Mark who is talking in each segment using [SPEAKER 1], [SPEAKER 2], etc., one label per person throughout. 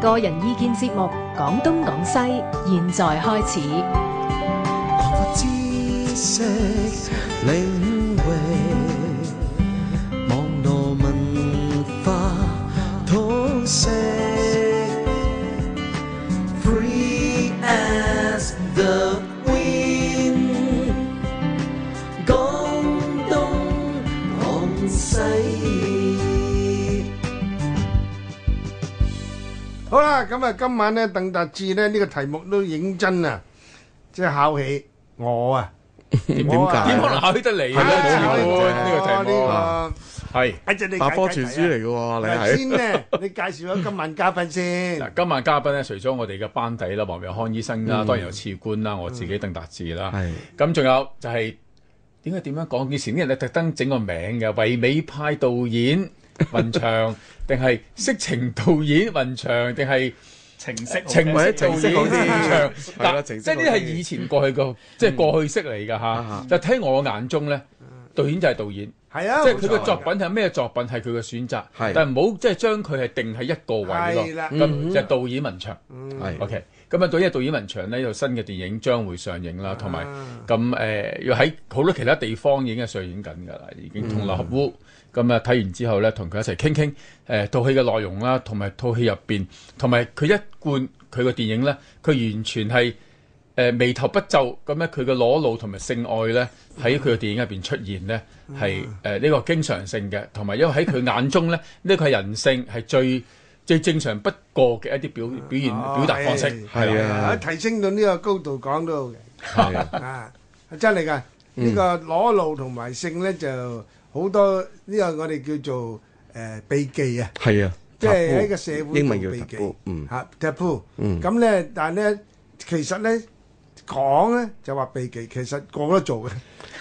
[SPEAKER 1] 個人意見節目《廣東廣西》，現在開始。
[SPEAKER 2] 擴闊知識領域，網絡文化通識，free as the wind。廣東廣西。
[SPEAKER 3] 好啦，咁啊，今晚咧，鄧達志咧呢、呢個題目都認真啊，即係考起我啊，
[SPEAKER 4] 點
[SPEAKER 3] 我啊
[SPEAKER 4] 點
[SPEAKER 3] 點
[SPEAKER 4] 可能考起得嚟
[SPEAKER 3] 係
[SPEAKER 4] 啊？
[SPEAKER 3] 啦
[SPEAKER 4] 似
[SPEAKER 3] 考起
[SPEAKER 4] 乎
[SPEAKER 3] 我
[SPEAKER 4] 呢個題目
[SPEAKER 3] 呢
[SPEAKER 4] 係
[SPEAKER 3] 個，一陣你
[SPEAKER 4] 百
[SPEAKER 3] 解
[SPEAKER 4] 科
[SPEAKER 3] 解
[SPEAKER 4] 全書
[SPEAKER 3] 解啊
[SPEAKER 4] 嚟嘅
[SPEAKER 3] 嗱
[SPEAKER 4] 喎，你係
[SPEAKER 3] 先咧，你介紹咗今晚嘉賓先，
[SPEAKER 4] 嗱，今晚嘉賓咧，除咗我哋嘅班底啦，黃若康醫生啦，當然有次官啦，我自己鄧達志啦，
[SPEAKER 3] 係
[SPEAKER 4] 咁仲有就係點解點樣講？以前啲人咧特登整個名嘅，唯美派導演雲翔，定係色情導演雲翔，定係
[SPEAKER 5] 程式
[SPEAKER 4] 情
[SPEAKER 5] 或
[SPEAKER 4] 色
[SPEAKER 5] 者
[SPEAKER 4] 導演
[SPEAKER 5] 程式好啲
[SPEAKER 4] 雲翔？
[SPEAKER 5] 係
[SPEAKER 4] 嗱
[SPEAKER 5] 啦
[SPEAKER 4] 即
[SPEAKER 5] 情
[SPEAKER 4] 係
[SPEAKER 5] 色好啲
[SPEAKER 4] 呢啲係以前過去個即係過去式嚟㗎
[SPEAKER 5] 啊
[SPEAKER 4] 吓。就睇我眼中咧，導演就係導演。
[SPEAKER 3] 係啊，
[SPEAKER 4] 即係佢嘅
[SPEAKER 3] 冇錯
[SPEAKER 4] 作品係咩作品係佢嘅選擇，
[SPEAKER 5] 係
[SPEAKER 4] 但係唔好即係將佢係定喺一個位
[SPEAKER 3] 係
[SPEAKER 4] 咯。
[SPEAKER 3] 啦，
[SPEAKER 4] 咁就係導演文場
[SPEAKER 5] 係
[SPEAKER 4] ，OK。咁啊，導演導演文場咧有新嘅電影將會上映啦，同埋咁誒要喺好多其他地方已經係上映緊㗎啦，已經同流合污。咁啊睇完之後咧，同佢一齊傾傾誒套戲嘅內容啦，同埋套戲入邊，同埋佢一貫佢嘅電影咧，佢完全係。誒眉呃頭不皺咁咧，佢嘅裸露同埋性愛咧，
[SPEAKER 3] 嗯
[SPEAKER 4] 喺佢嘅電影入邊出現咧，係誒呢個經常性嘅，同埋因為喺佢眼中咧，呢個係人性係最最正常不過嘅一啲表表現
[SPEAKER 3] 哦
[SPEAKER 4] 表達方式，
[SPEAKER 3] 係
[SPEAKER 4] 係
[SPEAKER 5] 係
[SPEAKER 4] 啦
[SPEAKER 5] 啊，
[SPEAKER 3] 提升到呢個高度講到嘅。
[SPEAKER 5] 係啊，
[SPEAKER 3] 啊，真係㗎！呢個裸露同埋性咧就好多呢個我哋叫做誒避忌啊，
[SPEAKER 5] 係啊，
[SPEAKER 3] 即係
[SPEAKER 5] taboo
[SPEAKER 3] 喺個社會度
[SPEAKER 5] 英文叫
[SPEAKER 3] 避忌
[SPEAKER 5] taboo，嗯，
[SPEAKER 3] 嚇 taboo。
[SPEAKER 5] 嗯
[SPEAKER 3] 咁咧，但係咧，其實咧講咧就話避忌，其實個個都做嘅。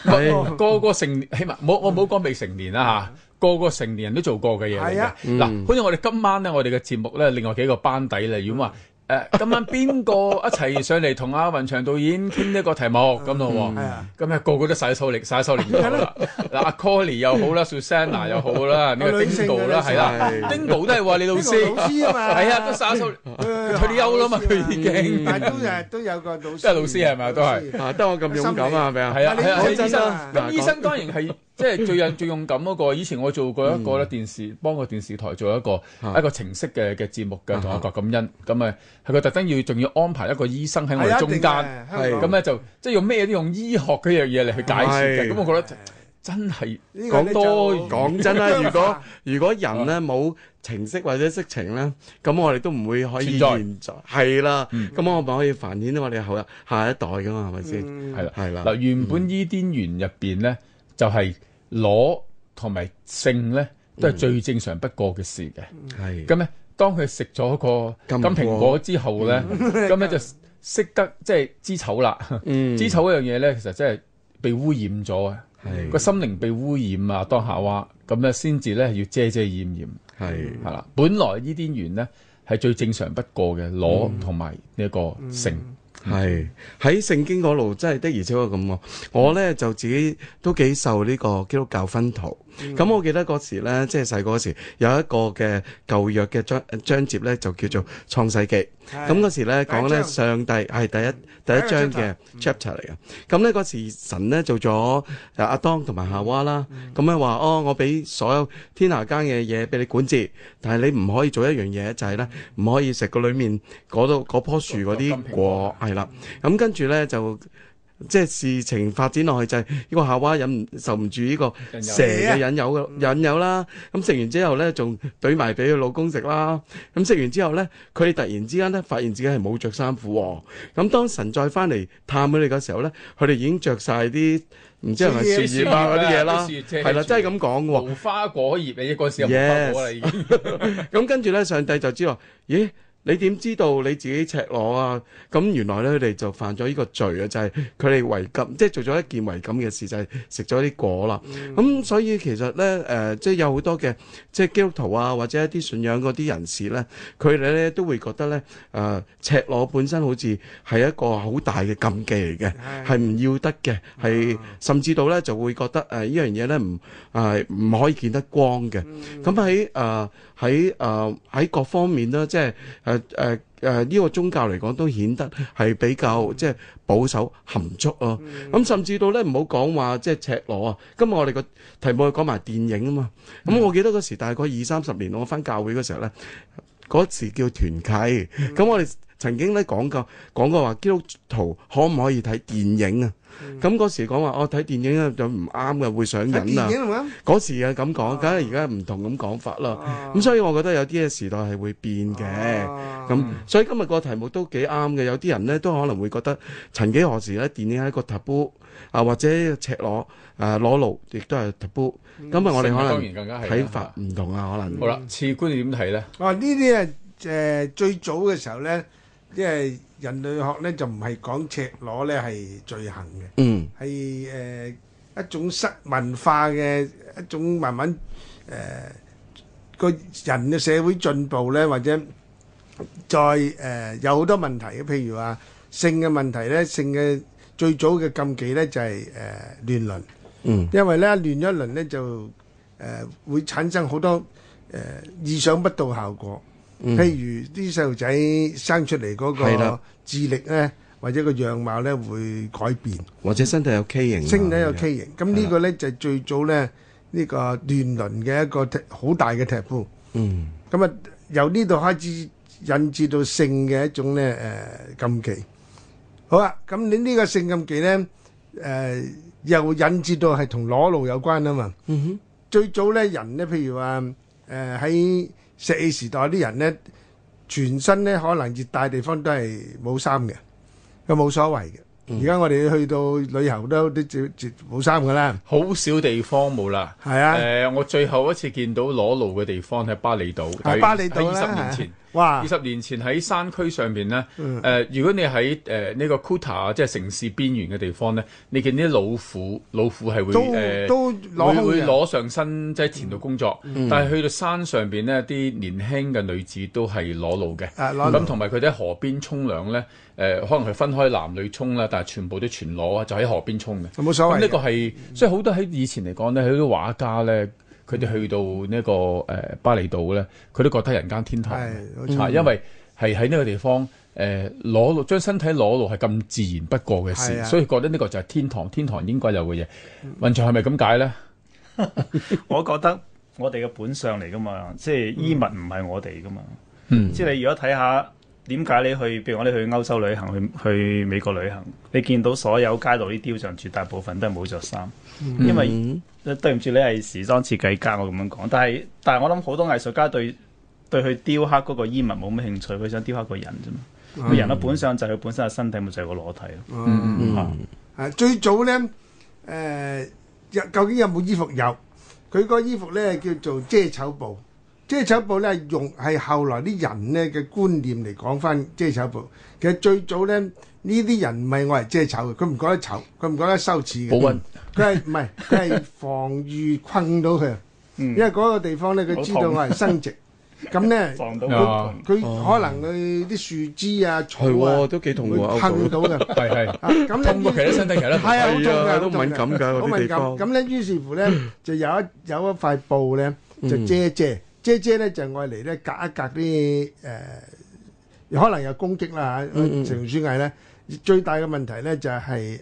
[SPEAKER 4] 個
[SPEAKER 3] 哎
[SPEAKER 4] 個個成起碼冇我冇講未成年啦嚇，個個成年人都做過嘅嘢嚟
[SPEAKER 3] 嗯係啊
[SPEAKER 4] 嘅。嗱，好似我哋今晚咧，我哋嘅節目咧，另外幾個班底咧，如果話
[SPEAKER 3] 嗯
[SPEAKER 4] 誒今晚邊個一齊上嚟同阿雲翔導演傾一個題目咁咯喎
[SPEAKER 3] 係。啊，
[SPEAKER 4] 咁啊，個個都洗手力，洗 手力咗啦。嗱，阿 Colly 又好啦，Susanna 又好 啦，呢個
[SPEAKER 3] 女性嘅
[SPEAKER 4] Dingo 啦，
[SPEAKER 3] 女性
[SPEAKER 4] 係啦
[SPEAKER 5] 係
[SPEAKER 4] ，Dingo 都係話你老
[SPEAKER 3] 呢個
[SPEAKER 4] 師，
[SPEAKER 3] 老師啊嘛，
[SPEAKER 4] 係啊，都洗手力，
[SPEAKER 3] 佢
[SPEAKER 4] 退休啦嘛
[SPEAKER 3] à.
[SPEAKER 4] 佢已經
[SPEAKER 3] 但係都係都有個老師，
[SPEAKER 4] 都係老師係咪都係
[SPEAKER 3] à.
[SPEAKER 5] 啊，得我咁勇敢啊，係咪啊？
[SPEAKER 4] 係啊，係啊，
[SPEAKER 3] 但係你
[SPEAKER 4] 係醫生
[SPEAKER 3] 講真啊。
[SPEAKER 4] 咁醫生當然係即係最有最勇敢嗰個。以前我做過一個咧電視，幫個電視台做一個
[SPEAKER 3] 嗯
[SPEAKER 4] 一個程式嘅嘅節目
[SPEAKER 3] 啊
[SPEAKER 4] 嘅，同阿郭錦恩。咁啊，係佢特登要仲要安排一個醫生喺我哋
[SPEAKER 3] 係一啊
[SPEAKER 4] 中
[SPEAKER 3] 定
[SPEAKER 4] 間。
[SPEAKER 3] 嘅，
[SPEAKER 5] 係
[SPEAKER 3] 香
[SPEAKER 4] 咁
[SPEAKER 3] 港
[SPEAKER 4] 咧就即係用咩都用醫學嗰樣嘢嚟去解釋嘅。
[SPEAKER 5] 係
[SPEAKER 4] 咁我覺得真係
[SPEAKER 3] 呢個咧就
[SPEAKER 4] 講多
[SPEAKER 5] 講真啦，如果
[SPEAKER 3] 啊
[SPEAKER 5] 如果人
[SPEAKER 4] 嗯
[SPEAKER 5] 咧冇情色或者色情咧，咁我哋都唔會可以
[SPEAKER 4] 存
[SPEAKER 5] 現在係啦。
[SPEAKER 4] 嗯
[SPEAKER 5] 咁我咪可以繁衍我哋後下一代噶嘛，係咪先？
[SPEAKER 3] 嗯
[SPEAKER 4] 係啦。
[SPEAKER 5] 係啦
[SPEAKER 4] 嗱，，原本伊甸園入邊咧，就係裸同埋性咧，都係最正常不過嘅事嘅。
[SPEAKER 5] 係
[SPEAKER 4] 咁咧，當佢食咗個金
[SPEAKER 5] 嗯金蘋果
[SPEAKER 4] 蘋果之後咧， 咁咧就識得即係知醜啦。
[SPEAKER 5] 嗯
[SPEAKER 4] 知醜一樣嘢咧，其實真係被污染咗啊！
[SPEAKER 5] 係
[SPEAKER 4] 個心靈被污染啊，當夏娃咁咧，先至咧要遮遮掩掩
[SPEAKER 5] 係
[SPEAKER 4] 係啦。本來伊甸園咧係最正常不過嘅裸
[SPEAKER 5] 嗯
[SPEAKER 4] 同埋呢一個
[SPEAKER 3] Ừ.
[SPEAKER 4] 性。
[SPEAKER 5] 係喺聖經嗰度真係的而且確咁喎。我咧就自己都幾受呢個基督教薰陶。
[SPEAKER 3] Ừ.
[SPEAKER 4] 嗯
[SPEAKER 5] 咁、我記得嗰時咧，即係細個嗰時有一個嘅舊約嘅章章節咧，就叫做創世記。
[SPEAKER 3] 係
[SPEAKER 5] 咁嗰時咧
[SPEAKER 3] 第一
[SPEAKER 5] 講咧
[SPEAKER 3] 章嗯
[SPEAKER 5] 上帝係第一第
[SPEAKER 3] 一
[SPEAKER 5] 一
[SPEAKER 3] 個
[SPEAKER 5] 章
[SPEAKER 3] chapter，
[SPEAKER 5] 嘅
[SPEAKER 3] 嗯
[SPEAKER 5] chapter 嚟嘅。咁咧嗰時神咧做咗誒阿當同埋夏娃啦。
[SPEAKER 3] 嗯
[SPEAKER 5] 咁咧話哦，我俾所有天下間嘅嘢俾你管治，但係你唔可以做一樣嘢，就係咧
[SPEAKER 3] 嗯
[SPEAKER 5] 唔可以食個裡面嗰度嗰棵樹嗰啲果係啦。咁跟住咧就。即係事情發展落去就係呢個夏娃忍唔受唔住呢個
[SPEAKER 4] 引誘
[SPEAKER 5] 蛇嘅引誘嘅引誘啦，咁食完之後咧仲懟埋俾佢老公食啦，咁食完之後咧佢哋突然之間咧發現自己係冇着衫褲喎，咁當神再翻嚟探佢哋嘅時候咧，佢哋已經着晒啲唔知係咪
[SPEAKER 3] 樹葉
[SPEAKER 5] 樹葉啊嗰啲嘢啦
[SPEAKER 4] 啲樹葉，遮
[SPEAKER 5] 係啦，
[SPEAKER 4] 住
[SPEAKER 5] 真係咁講喎。
[SPEAKER 4] 無花果葉你嗰時有無花果啦啊已經。
[SPEAKER 5] 咁跟住咧，上帝就知道，咦？你點知道你自己赤裸啊？咁原來咧，佢哋就犯咗呢個罪啊，就係佢哋違禁，即係做咗一件違禁嘅事，就係食咗啲果啦。咁、所以其實咧，誒、即係有好多嘅，即係基督徒啊，或者一啲信仰嗰啲人士咧，佢哋咧都會覺得咧，誒、赤裸本身好似係一個好大嘅禁忌嚟嘅，係唔要得嘅，係甚至到咧就會覺得誒、呢樣嘢咧唔誒唔啊可以見得光嘅。咁喺誒喺誒喺各方面啦，即係誒、呃誒誒誒呢個宗教嚟講都顯得係比較即係保守含蓄啊咯。咁甚至到咧唔好講話即係赤裸啊！今日我哋個題目係講埋電影啊嘛。
[SPEAKER 3] 嗯
[SPEAKER 5] 咁我記得嗰時大概二三十年，我翻教會嗰時候咧，嗰時叫團契。
[SPEAKER 3] 嗯
[SPEAKER 5] 咁我哋曾經咧講過講過話基督徒可唔可以睇電影啊？咁嗰時講話哦睇電影啊就唔啱嘅，會上
[SPEAKER 3] 嗯睇
[SPEAKER 5] 癮啊
[SPEAKER 3] 電！影係咪
[SPEAKER 5] 嗰時啊咁講，梗係而家唔同咁講法啦。
[SPEAKER 3] 啊？
[SPEAKER 5] 咁所以我覺得有啲嘅時代係會變嘅。
[SPEAKER 3] 啊
[SPEAKER 5] 咁所以今日個題目都幾啱嘅，有啲人咧都可能會覺得曾幾何時咧，電影係一個 taboo 啊，或者赤裸啊裸露，亦都係 taboo。今日我哋可
[SPEAKER 4] 當
[SPEAKER 5] 能
[SPEAKER 4] 然更加係啦
[SPEAKER 5] 睇法唔同啊，可能
[SPEAKER 4] 好啦，次觀你點睇咧？
[SPEAKER 3] 啊！呢啲啊，誒、最早嘅時候咧，即係人類學咧就唔係講赤裸咧係罪行嘅，
[SPEAKER 5] 嗯
[SPEAKER 3] 係誒、一種失文化嘅一種慢慢誒個、人嘅社會進步咧，或者再誒、有好多問題嘅，譬如話性嘅問題咧，性嘅最早嘅禁忌咧就係、誒、亂倫。
[SPEAKER 5] 嗯
[SPEAKER 3] 因為咧亂咗一輪咧就誒、呃、會產生好多誒、呃意想不到效果，譬如啲細路仔生出嚟
[SPEAKER 5] 嗯係
[SPEAKER 3] 嗰個
[SPEAKER 5] 啦
[SPEAKER 3] 智力咧，或者個樣貌咧會改變，
[SPEAKER 5] 或者身體有畸形啊，
[SPEAKER 3] 身體有畸形。咁呢個咧就係最早咧呢、個亂倫嘅一個 t- 好大嘅 taboo。
[SPEAKER 5] 嗯
[SPEAKER 3] 咁啊，由呢度開始引致到性嘅一種咧誒、禁忌。好啦，咁你呢個性禁忌咧誒、又引致到係同裸露有關啊嘛。
[SPEAKER 5] 嗯哼
[SPEAKER 3] 最早咧人咧，譬如話誒喺石器時代啲人咧，全身咧可能熱帶地方都係冇衫嘅，咁冇所謂嘅。而家我哋去到旅遊都都照照冇衫噶啦，
[SPEAKER 4] 好少地方冇啦。
[SPEAKER 3] 係啊
[SPEAKER 4] 誒、我最後一次見到裸露嘅地方喺巴厘島，
[SPEAKER 3] 喺啊巴厘
[SPEAKER 4] 喺
[SPEAKER 3] 島
[SPEAKER 4] 二
[SPEAKER 3] 啦，
[SPEAKER 4] 十年前
[SPEAKER 3] 係。哇
[SPEAKER 4] 二，十年前喺山區上邊咧，誒、
[SPEAKER 3] 嗯
[SPEAKER 4] 如果你喺誒呢個 Kuta 即係城市邊緣嘅地方咧，你見啲老虎，老虎係會
[SPEAKER 3] 都
[SPEAKER 4] 誒
[SPEAKER 3] 都攞
[SPEAKER 4] 會
[SPEAKER 3] 空
[SPEAKER 4] 會
[SPEAKER 3] 嘅嗯
[SPEAKER 4] 攞上身即係田度工作，但係去到山上邊咧，啲年輕嘅女子都係裸露嘅。
[SPEAKER 3] 啊攞
[SPEAKER 4] 咁同埋佢哋喺河邊沖涼咧，誒、可能佢分開男女沖啦，但係全部都全裸啊，就喺河邊沖嘅。
[SPEAKER 3] 冇所
[SPEAKER 4] 咁呢
[SPEAKER 3] 謂
[SPEAKER 4] 個
[SPEAKER 3] 嘅。
[SPEAKER 4] 係，所以好多喺以前嚟講咧，好多畫家咧，佢哋去到呢、個誒、呃巴厘島咧，佢都覺得係人間天堂
[SPEAKER 3] 係
[SPEAKER 4] 嘅，
[SPEAKER 3] 冇錯
[SPEAKER 4] 啊因為係喺呢個地方誒裸露，將身體裸露係咁自然不過嘅
[SPEAKER 3] 係啊嗯
[SPEAKER 4] 事，所以覺得呢個就係天堂，天堂應該有嘅嘢。雲長係咪咁解咧？
[SPEAKER 6] 我覺得我哋嘅本相嚟噶嘛，即係衣物唔係我哋噶嘛。
[SPEAKER 4] 嗯
[SPEAKER 6] 即係你如果睇下點解你去，譬如我哋去歐洲旅行，去去美國旅行，你見到所有街道啲雕像，絕大部分都係冇着衫，因為
[SPEAKER 5] 嗯
[SPEAKER 6] 對唔住你係時裝設計家，我咁樣講。但係但係我諗好多藝術家對對佢雕刻嗰個衣物冇乜興趣，佢想雕刻個人啫嘛。個人嘅本相就係佢本身嘅身體，咪就係個裸體咯。
[SPEAKER 3] 嗯
[SPEAKER 6] 啊
[SPEAKER 3] 啊，最早咧誒，有究竟有冇衣服有？佢個衣服咧叫做遮醜布，遮醜布咧係用係後來啲人咧嘅觀念嚟講翻遮醜布。其實最早咧呢啲人唔係我係遮醜嘅，佢唔覺得醜，佢唔覺得羞恥
[SPEAKER 4] 保
[SPEAKER 3] 嘅。
[SPEAKER 4] 溫
[SPEAKER 3] 佢係唔係佢係防禦困到佢，因
[SPEAKER 6] 嗯
[SPEAKER 3] 為，嗰個地方咧佢知道我係生殖，咁 咧
[SPEAKER 6] 撞到
[SPEAKER 4] 啊
[SPEAKER 6] 佢
[SPEAKER 3] 佢可能佢啲樹枝啊草
[SPEAKER 5] 係喎，
[SPEAKER 3] 啊
[SPEAKER 5] 都幾痛喎，
[SPEAKER 3] 會
[SPEAKER 5] 歐共
[SPEAKER 3] 困到嘅。
[SPEAKER 4] 係係，
[SPEAKER 3] 啊咁咧
[SPEAKER 4] 通過其他身體其他地方
[SPEAKER 3] 係啊，好
[SPEAKER 5] 係
[SPEAKER 3] 重
[SPEAKER 5] 啊，
[SPEAKER 3] 㗎，
[SPEAKER 5] 都
[SPEAKER 3] 好重㗎
[SPEAKER 5] 敏感㗎
[SPEAKER 3] 好
[SPEAKER 5] 嗰啲
[SPEAKER 3] 敏
[SPEAKER 5] 地
[SPEAKER 3] 感。
[SPEAKER 5] 方，
[SPEAKER 3] 咁咧，於是乎咧，就有一有一塊布咧，就遮遮遮遮咧，就愛嚟咧隔一隔啲誒，可能有攻擊啦嚇。
[SPEAKER 5] 嗯嗯
[SPEAKER 3] 成書藝咧，最大嘅問題咧就係誒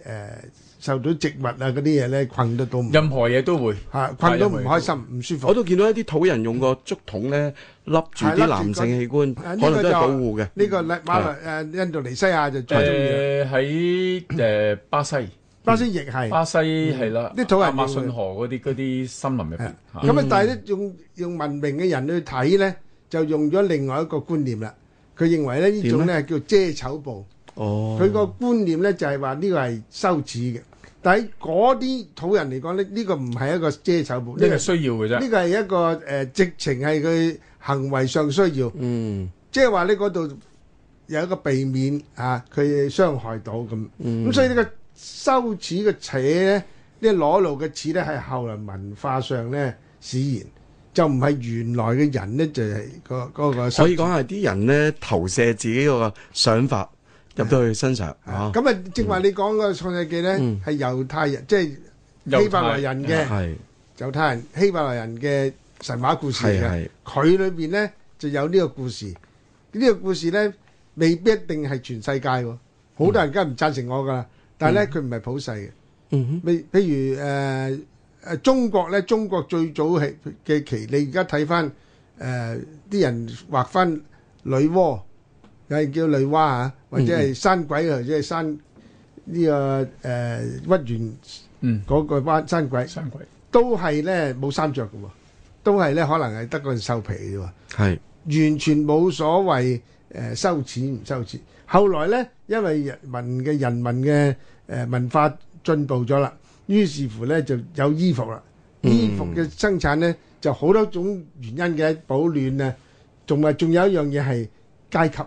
[SPEAKER 3] 受到植物啊嗰啲嘢咧困得到唔
[SPEAKER 4] 任何嘢都會。
[SPEAKER 3] 嚇，困到唔開心、唔舒
[SPEAKER 5] 我
[SPEAKER 3] 服。
[SPEAKER 5] 都見到一啲土人用個竹筒咧笠住
[SPEAKER 3] 係笠
[SPEAKER 5] 啲
[SPEAKER 3] 住
[SPEAKER 5] 男性器官，可
[SPEAKER 3] 啊呢個
[SPEAKER 5] 能都係
[SPEAKER 3] 就
[SPEAKER 5] 保護嘅。
[SPEAKER 3] 呢個馬來誒印度尼西亞就最中意啦，
[SPEAKER 4] 誒喺誒巴西，
[SPEAKER 3] 巴西亦係。嗯
[SPEAKER 4] 巴西係啦，
[SPEAKER 3] 啲土人
[SPEAKER 4] 亞馬遜河嗰啲嗰啲森林入邊嚇
[SPEAKER 3] 咁啊，但係咧用用文明嘅人去睇咧，就用咗另外一個觀念啦。佢認為咧呢種咧叫遮醜布，
[SPEAKER 5] 哦，
[SPEAKER 3] 佢個觀念咧就係話呢個係羞恥嘅。但係嗰啲土人嚟講咧，呢個唔係一個遮醜布，呢
[SPEAKER 4] 呢個
[SPEAKER 3] 個
[SPEAKER 4] 係需要嘅
[SPEAKER 3] 呢
[SPEAKER 4] 啫。
[SPEAKER 3] 個係一個誒直情係佢行為上需要，
[SPEAKER 5] 嗯
[SPEAKER 3] 即係話呢嗰度有一個避免啊，佢傷害到咁。
[SPEAKER 5] 嗯
[SPEAKER 3] 咁所以呢個羞恥嘅扯咧，呢裸露嘅恥咧，係後來文化上咧使然，就唔係原來嘅人咧就係、嗰嗰 個羞
[SPEAKER 5] 可以
[SPEAKER 3] 恥。
[SPEAKER 5] 講係啲人咧投射自己個想法入到去身上啊
[SPEAKER 3] 啊。咁啊，正話你講個創世記咧，
[SPEAKER 5] 嗯
[SPEAKER 3] 係猶太人，即係
[SPEAKER 4] 猶太
[SPEAKER 3] 希伯來人嘅
[SPEAKER 5] 係
[SPEAKER 3] 猶太人、希伯來人嘅神話故事
[SPEAKER 5] 係
[SPEAKER 3] 嚟嘅。
[SPEAKER 5] 係
[SPEAKER 3] 佢裏邊咧就有呢個故事，呢、呢個故事咧，未必一定係全世界喎。好多人梗係唔贊成我噶啦，但係咧佢唔係普世嘅。
[SPEAKER 5] 嗯
[SPEAKER 3] 譬譬如誒誒、呃呃中國咧，中國最早係嘅期，你而家睇翻誒啲人畫翻女媧，有人叫女媧啊，或者係山鬼，或者係山呢、個誒屈原
[SPEAKER 4] 嗯，
[SPEAKER 3] 嗰個灣山鬼，
[SPEAKER 4] 山鬼
[SPEAKER 3] 都係咧冇衫着嘅喎，都係咧可能係得個獸皮嘅喎。
[SPEAKER 5] 哼，系，
[SPEAKER 3] 完全冇所謂誒、呃羞恥唔羞恥。後來咧，因為人民嘅人民嘅誒、呃文化進步咗啦，於是乎咧就有衣服啦。衣服嘅生產咧就好多種原因嘅，保暖啊，仲咪仲有一樣嘢係階級。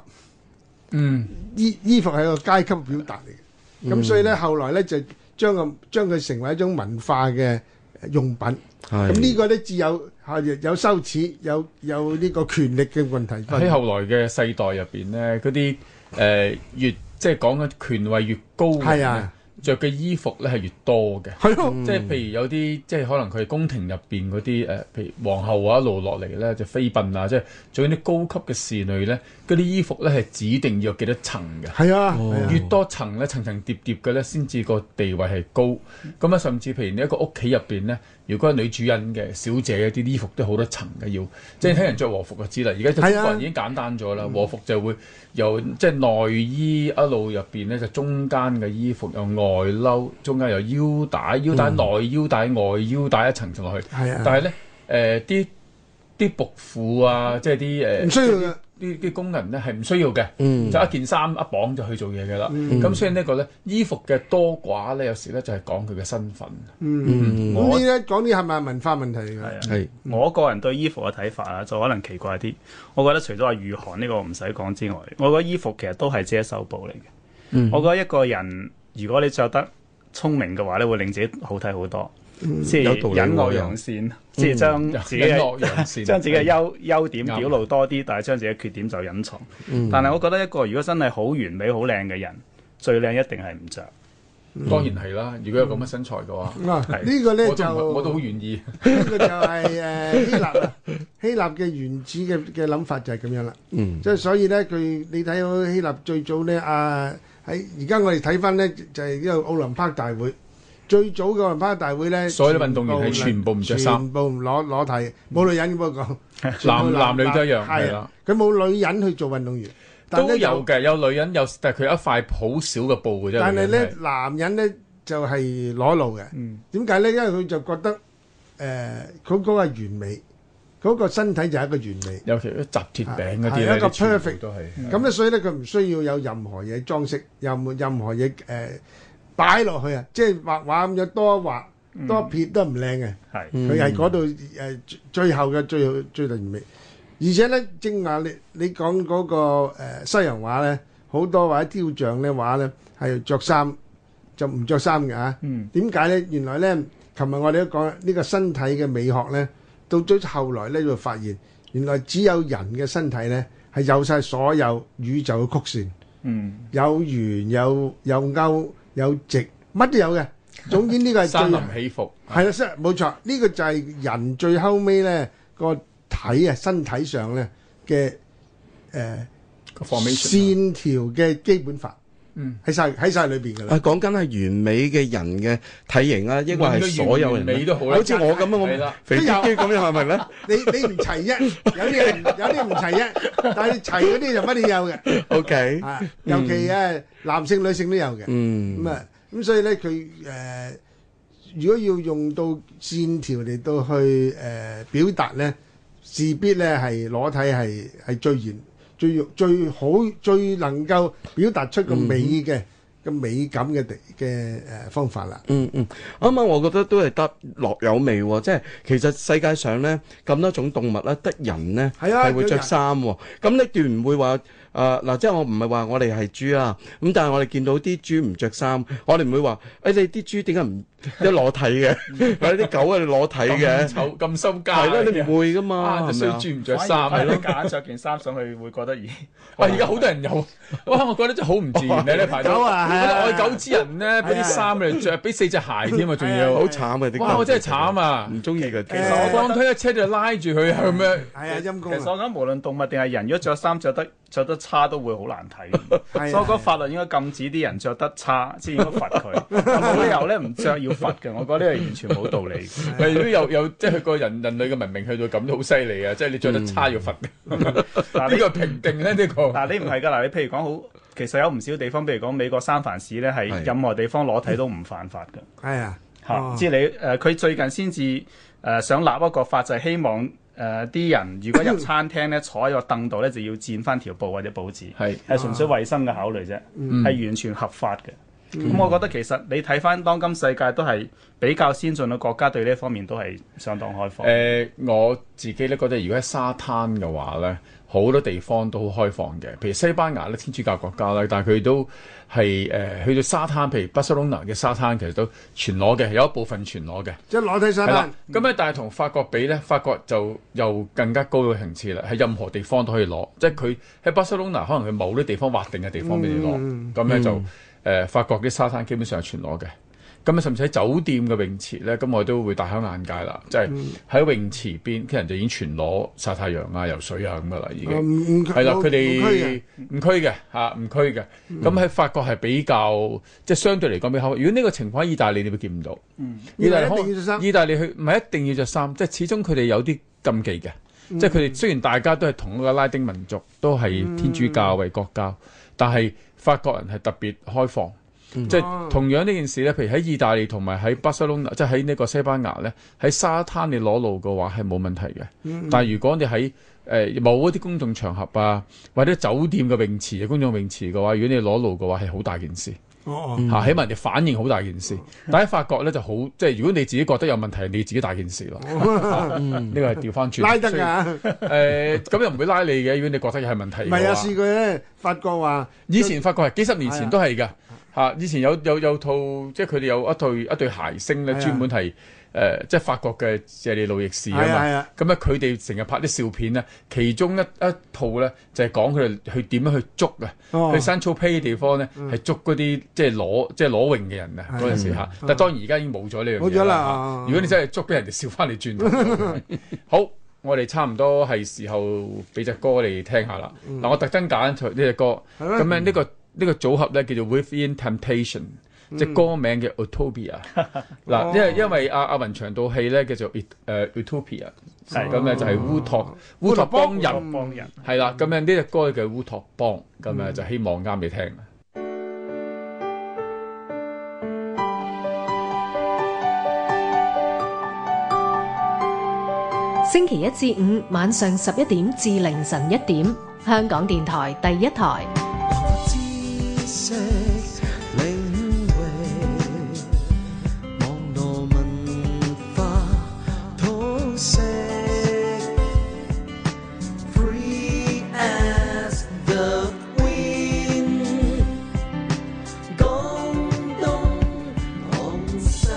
[SPEAKER 4] 嗯，
[SPEAKER 3] 衣衣服係一個階級表達嚟嘅。咁所以咧，後來咧就將個將佢成為一種文化嘅呃用品。
[SPEAKER 5] 系。
[SPEAKER 3] 咁呢個咧自有係有羞恥，有有呢個權力嘅問題分
[SPEAKER 4] 喺。後來嘅世代入邊咧，嗰啲誒越即係講緊權位越高嘅
[SPEAKER 3] 係
[SPEAKER 4] 人
[SPEAKER 3] 啊
[SPEAKER 4] 呢，着嘅衣服咧係越多嘅。
[SPEAKER 3] 係咯，
[SPEAKER 4] 即係譬如有啲即係可能佢宮廷入邊嗰啲誒，呃譬如皇后啊一路落嚟咧就妃嫔啊，即係做緊啲高級嘅侍女咧，嗰啲衣服咧係指定要有幾多層嘅。
[SPEAKER 3] 係啊，係啊
[SPEAKER 4] 越多層咧，層層疊疊嘅咧，先至個地位係高。咁啊，甚至譬如你一個屋企入邊咧，如果係女主人嘅小姐啲衣服都好多層嘅要，即係睇人着和服就知啦。而家就
[SPEAKER 3] 係啊
[SPEAKER 4] 中國人已經簡單咗啦，和服就會由即係內衣一路入邊咧，就中間嘅衣服有外褸，中間有腰帶，
[SPEAKER 3] 嗯
[SPEAKER 4] 腰帶內腰帶外腰帶一層層落去。
[SPEAKER 3] 係啊，
[SPEAKER 4] 但係咧，誒啲啲仆婦啊，即係啲誒
[SPEAKER 3] 唔需要嘅，
[SPEAKER 4] 啲啲工人咧係唔需要嘅，就一件衫一綁就去做嘢嘅啦。咁、所以呢個咧衣服嘅多寡咧，有時咧就係講佢嘅身份。
[SPEAKER 3] 嗯，咁呢
[SPEAKER 6] 我
[SPEAKER 3] 啲咧講啲係咪文化問題嚟
[SPEAKER 6] 係啊
[SPEAKER 3] 㗎？
[SPEAKER 5] 系，
[SPEAKER 6] 我個人對衣服嘅睇法啊，就可能奇怪啲。我覺得除咗話御寒呢個唔使講之外，我覺得衣服其實都係遮羞布嚟嘅。
[SPEAKER 5] 嗯
[SPEAKER 6] 我覺得一個人如果你着得聰明嘅話咧，會令自己好睇好多，即
[SPEAKER 5] 嗯有道
[SPEAKER 6] 係
[SPEAKER 5] 理
[SPEAKER 6] 隱
[SPEAKER 5] 喎
[SPEAKER 6] 外
[SPEAKER 5] 又嗯
[SPEAKER 6] 揚善，即係將嗯自己嘅
[SPEAKER 4] 落陽線，
[SPEAKER 6] 將自己嘅優優點
[SPEAKER 4] 啱
[SPEAKER 6] 表露多啲，但係將自己嘅缺點就隱藏。
[SPEAKER 5] 嗯
[SPEAKER 6] 但係我覺得一個如果真係好完美、好靚嘅人，最靚一定係唔着。
[SPEAKER 4] 當然係啦。如果有咁嘅身材嘅話，
[SPEAKER 3] 嗱，
[SPEAKER 6] 係
[SPEAKER 3] 嗯呢個咧
[SPEAKER 4] 我都唔我都
[SPEAKER 3] 就
[SPEAKER 4] 好願意。
[SPEAKER 3] 呢個就係誒希臘 啦，希臘嘅原始嘅嘅諗法就係咁樣啦。
[SPEAKER 5] 嗯，
[SPEAKER 3] 即係所以咧，佢你睇到希臘最早咧啊喺而家我哋睇翻咧就係呢個奧林匹克大會。最早嘅奧林匹克大會咧，
[SPEAKER 4] 所有啲運動員係
[SPEAKER 3] 全
[SPEAKER 4] 全部唔着衫
[SPEAKER 3] 全部唔裸裸體，冇女人嘅不過講，
[SPEAKER 4] 男男女都一樣
[SPEAKER 3] 係
[SPEAKER 4] 係
[SPEAKER 3] 啊
[SPEAKER 4] 啦，
[SPEAKER 3] 佢冇女人去做運動員，但
[SPEAKER 4] 都
[SPEAKER 3] 咧
[SPEAKER 4] 有嘅，有女人有，但係佢有一塊好少嘅布嘅啫。
[SPEAKER 3] 但係
[SPEAKER 4] 女
[SPEAKER 3] 咧
[SPEAKER 4] 人，
[SPEAKER 3] 男人咧就係裸露嘅。
[SPEAKER 6] 嗯，
[SPEAKER 3] 點解咧？因為佢就覺得誒，嗰、呃個係完美，嗰、個身體就係一個完美。
[SPEAKER 4] 係尤其啲紮鐵餅嗰啲
[SPEAKER 3] 係
[SPEAKER 4] 咧，
[SPEAKER 3] 一個
[SPEAKER 4] 你全部
[SPEAKER 3] perfect
[SPEAKER 4] 都係。
[SPEAKER 3] 咁咧，所以咧佢唔需要有任何嘢裝飾，又冇任何嘢誒擺落去啊！即係畫畫咁樣多畫多撇都唔靚嘅，
[SPEAKER 6] 係。
[SPEAKER 5] 嗯
[SPEAKER 3] 佢係嗰度誒最最後嘅最後最完美。而且咧，正話你你講嗰、個、呃、西洋畫咧，好多或者雕像咧畫咧係着衫就唔着衫嘅嚇。
[SPEAKER 6] 嗯
[SPEAKER 3] 點解咧？原來咧，琴日我哋都講呢個身體嘅美學咧，到咗後來咧就發現，原來只有人嘅身體咧係有晒所有宇宙嘅曲線，
[SPEAKER 6] 嗯，
[SPEAKER 3] 有圓有有勾有直，乜都有嘅。總之呢個係最
[SPEAKER 4] 山林起伏，
[SPEAKER 3] 係啦，真係冇錯。呢、個就係人最後尾咧個體啊，身體上咧嘅誒
[SPEAKER 4] 個 formation 啊
[SPEAKER 3] 線條嘅基本法，
[SPEAKER 4] 嗯，
[SPEAKER 3] 喺晒喺晒裏邊㗎啦。
[SPEAKER 5] 啊，講緊係完美嘅人嘅體型啊，抑或係所有人
[SPEAKER 4] 無論佢完唔完美
[SPEAKER 5] 咧，
[SPEAKER 4] 都好啦
[SPEAKER 5] 好似我咁啊，
[SPEAKER 4] 係
[SPEAKER 5] 我
[SPEAKER 4] 啦
[SPEAKER 5] 肥嘟嘟咁樣係咪咧
[SPEAKER 3] 你你唔齊啫，有啲人有啲唔齊啫，但係你齊嗰啲就乜都有嘅，
[SPEAKER 5] ？OK，
[SPEAKER 3] 啊，
[SPEAKER 4] 嗯
[SPEAKER 3] 尤其誒男性女性都有嘅，
[SPEAKER 5] 嗯
[SPEAKER 3] 咁，啊，咁所以咧佢誒，如果要用到線條嚟到去誒、呃表達咧，自必咧係裸體係係最完最最好最能夠表達
[SPEAKER 4] 嗯
[SPEAKER 3] 出個美嘅個、美感嘅地嘅誒方法啦。
[SPEAKER 5] 嗯嗯，啱啱我覺得都係得落有味喎，即係其實世界上咧咁多種動物咧，得人咧
[SPEAKER 3] 係啊
[SPEAKER 5] 係會
[SPEAKER 3] 有
[SPEAKER 5] 着
[SPEAKER 3] 人
[SPEAKER 5] 衫喎。咁你斷唔會話誒嗱，即係我唔係話我哋係豬啊，咁但係我哋見到啲豬唔着衫，我哋唔會話誒你啲豬點解唔一裸體嘅，或者啲狗啊裸體
[SPEAKER 4] 咁
[SPEAKER 5] 嘅，
[SPEAKER 4] 醜咁收家
[SPEAKER 5] 係咯，你唔會噶
[SPEAKER 4] 啊，
[SPEAKER 5] 嘛，
[SPEAKER 4] 就
[SPEAKER 5] 係
[SPEAKER 4] 需
[SPEAKER 5] 咪
[SPEAKER 4] 要
[SPEAKER 5] 啊？
[SPEAKER 4] 轉唔着衫
[SPEAKER 6] 反而
[SPEAKER 4] 係咯
[SPEAKER 6] 你。夾硬着件衫上去，會覺得咦？
[SPEAKER 4] 哇！而家好多人有，哇！我覺得真係好唔自然咧，呢排都
[SPEAKER 3] 狗啊係啊
[SPEAKER 4] 我覺得愛狗之人咧，俾
[SPEAKER 3] 係啊
[SPEAKER 4] 啲衫你哋着，俾四隻鞋添啊，仲要
[SPEAKER 5] 好。慘啊！啲
[SPEAKER 4] 哇！
[SPEAKER 5] 狗
[SPEAKER 4] 我真係慘
[SPEAKER 3] 嗯
[SPEAKER 4] 啊！
[SPEAKER 5] 唔中意佢。其
[SPEAKER 3] 實
[SPEAKER 4] 我當推一車就拉住佢咁樣，
[SPEAKER 3] 係啊，陰
[SPEAKER 6] 其
[SPEAKER 3] 公
[SPEAKER 6] 實
[SPEAKER 3] 啊！
[SPEAKER 6] 我覺得無論動物定係人，如果着衫着得着得差都會好難睇。
[SPEAKER 3] 哎
[SPEAKER 6] 所
[SPEAKER 3] 啊
[SPEAKER 6] 以我覺得法律應該禁止啲人着得差，先應該罰佢。冇理由咧唔着要罰嘅，我覺得呢個完全冇道理嘅。
[SPEAKER 4] 咪都有有即係個人人類嘅文明去到咁都好犀利啊！即係你
[SPEAKER 3] 嗯
[SPEAKER 4] 着得差要罰嘅，
[SPEAKER 6] 但係
[SPEAKER 4] 呢
[SPEAKER 6] 你
[SPEAKER 4] 個評定咧呢個。
[SPEAKER 6] 但係你唔係㗎嗱，你譬如講好，其實有唔少地方，譬如講美國三藩市咧，係
[SPEAKER 5] 係
[SPEAKER 6] 任何地方裸體都唔犯法㗎。
[SPEAKER 3] 係啊，
[SPEAKER 6] 嚇，
[SPEAKER 3] 哦
[SPEAKER 6] 即係你誒，佢、最近先至誒想立一個法，就係、希望呃誒啲、人如果入餐廳咧坐喺個凳度咧，就要墊翻條布或者報紙，
[SPEAKER 4] 係
[SPEAKER 6] 係純粹衞生嘅考慮啫，係、
[SPEAKER 4] 嗯
[SPEAKER 6] 完全合法嘅。咁、我覺得其實你睇翻當今世界都係比較先進嘅國家，對呢方面都係相當開放。
[SPEAKER 4] 誒、我自己咧覺得，如果喺沙灘嘅話咧，好多地方都好開放嘅。譬如西班牙咧，天主教國家咧，但係佢都係誒、去到沙灘，譬如巴塞隆拿嘅沙灘，其實都全裸嘅，有一部分全裸嘅。
[SPEAKER 3] 即係裸體沙
[SPEAKER 4] 係啦
[SPEAKER 3] 灘，，
[SPEAKER 4] 咁咧，但係同法國比咧，法國就又更加高嘅層次啦，喺任何地方都可以攞，即係佢喺巴塞隆拿可能佢某啲地方劃定嘅地方俾你攞，
[SPEAKER 3] 嗯
[SPEAKER 4] 咁咧、就誒、呃、法國啲沙灘基本上係全裸嘅。咁啊，甚至喺酒店嘅泳池咧，咁我都會大開眼界啦。即
[SPEAKER 3] 嗯
[SPEAKER 4] 係喺泳池邊，啲人就已經全裸曬太陽啊、游水啊咁噶啦，已經。
[SPEAKER 3] 啊唔唔
[SPEAKER 4] 係啦，
[SPEAKER 3] 冇冇
[SPEAKER 4] 佢
[SPEAKER 3] 區啊嘅
[SPEAKER 4] 哋唔區嘅嚇，唔區嘅。咁喺法國係比較即係相對嚟講比較。如果呢個情況喺意大利，你會見唔到。嗯，意大利可
[SPEAKER 3] 意大利一定要著衫
[SPEAKER 4] 意大利去唔係一定要着衫，即係始終佢哋有啲禁忌嘅。即係佢哋雖然大家都係同一個拉丁民族，都係天主教為國教，但係法國人係特別開放。即係同樣呢件事咧，譬如喺意大利同埋喺巴塞隆納，即係喺呢個西班牙咧，喺沙灘你裸露嘅話係冇問題嘅。但係如果你喺誒某一啲公眾場合啊，或者酒店嘅泳池、公眾泳池嘅話，如果你裸露嘅話係好大件事
[SPEAKER 3] 哦
[SPEAKER 4] 嚇、起碼人哋反應好大件事。
[SPEAKER 3] 嗯
[SPEAKER 4] 但喺法國咧就好，即係如果你自己覺得有問題，你自己大件事 咯。呢個係調翻轉。
[SPEAKER 3] 嗯拉得
[SPEAKER 4] 所以
[SPEAKER 3] 㗎。
[SPEAKER 4] 誒咁又唔會拉你嘅，如果你覺得係問題嘅
[SPEAKER 3] 唔
[SPEAKER 4] 話
[SPEAKER 3] 係啊，試過咧，法國話
[SPEAKER 4] 以前發覺係幾十年
[SPEAKER 3] 係啊
[SPEAKER 4] 前都係㗎嚇，以前有有有套即係佢哋有一對一對鞋星咧，
[SPEAKER 3] 係啊
[SPEAKER 4] 專門係誒、呃即係法國嘅謝利路易士啊
[SPEAKER 3] 係啊係
[SPEAKER 4] 嘛
[SPEAKER 3] 啊。
[SPEAKER 4] 咁咧佢哋成日拍啲笑片咧，其中一一套咧就係講佢哋去點樣去捉啊，
[SPEAKER 3] 哦嗯
[SPEAKER 4] 去山草披嘅地方咧係捉嗰啲即係裸即係裸泳嘅人啊
[SPEAKER 3] 係啊
[SPEAKER 4] 嗰陣時嚇。但係當然而家已經冇咗呢樣
[SPEAKER 3] 冇
[SPEAKER 4] 嘢
[SPEAKER 3] 咗啦
[SPEAKER 4] 嚇
[SPEAKER 3] 哦
[SPEAKER 4] 如果你真係捉俾人哋笑翻你轉 頭，好。我哋差唔多係時候俾只歌你聽下啦。嗱、我特登揀咗呢只歌，
[SPEAKER 3] 嗯係咩
[SPEAKER 4] 咁咧呢個呢個組合咧叫做 Within Temptation，
[SPEAKER 3] 嗯
[SPEAKER 4] 即係歌名嘅 Utopia。嗱，
[SPEAKER 3] 哦
[SPEAKER 4] 因為因為阿阿雲長套戲咧叫做 Ut- 誒 Utopia，
[SPEAKER 6] 係
[SPEAKER 4] 咁咧就係烏
[SPEAKER 3] 哦
[SPEAKER 4] 托烏托邦人
[SPEAKER 6] 幫人。
[SPEAKER 4] 係啦，咁樣呢只歌叫烏托邦，咁啊就希望啱你聽。
[SPEAKER 1] 星期一至五晚上十一點至凌晨一點，香港電台第一台。
[SPEAKER 2] 知識領域，網絡文化通識，free as the wind。廣東廣西。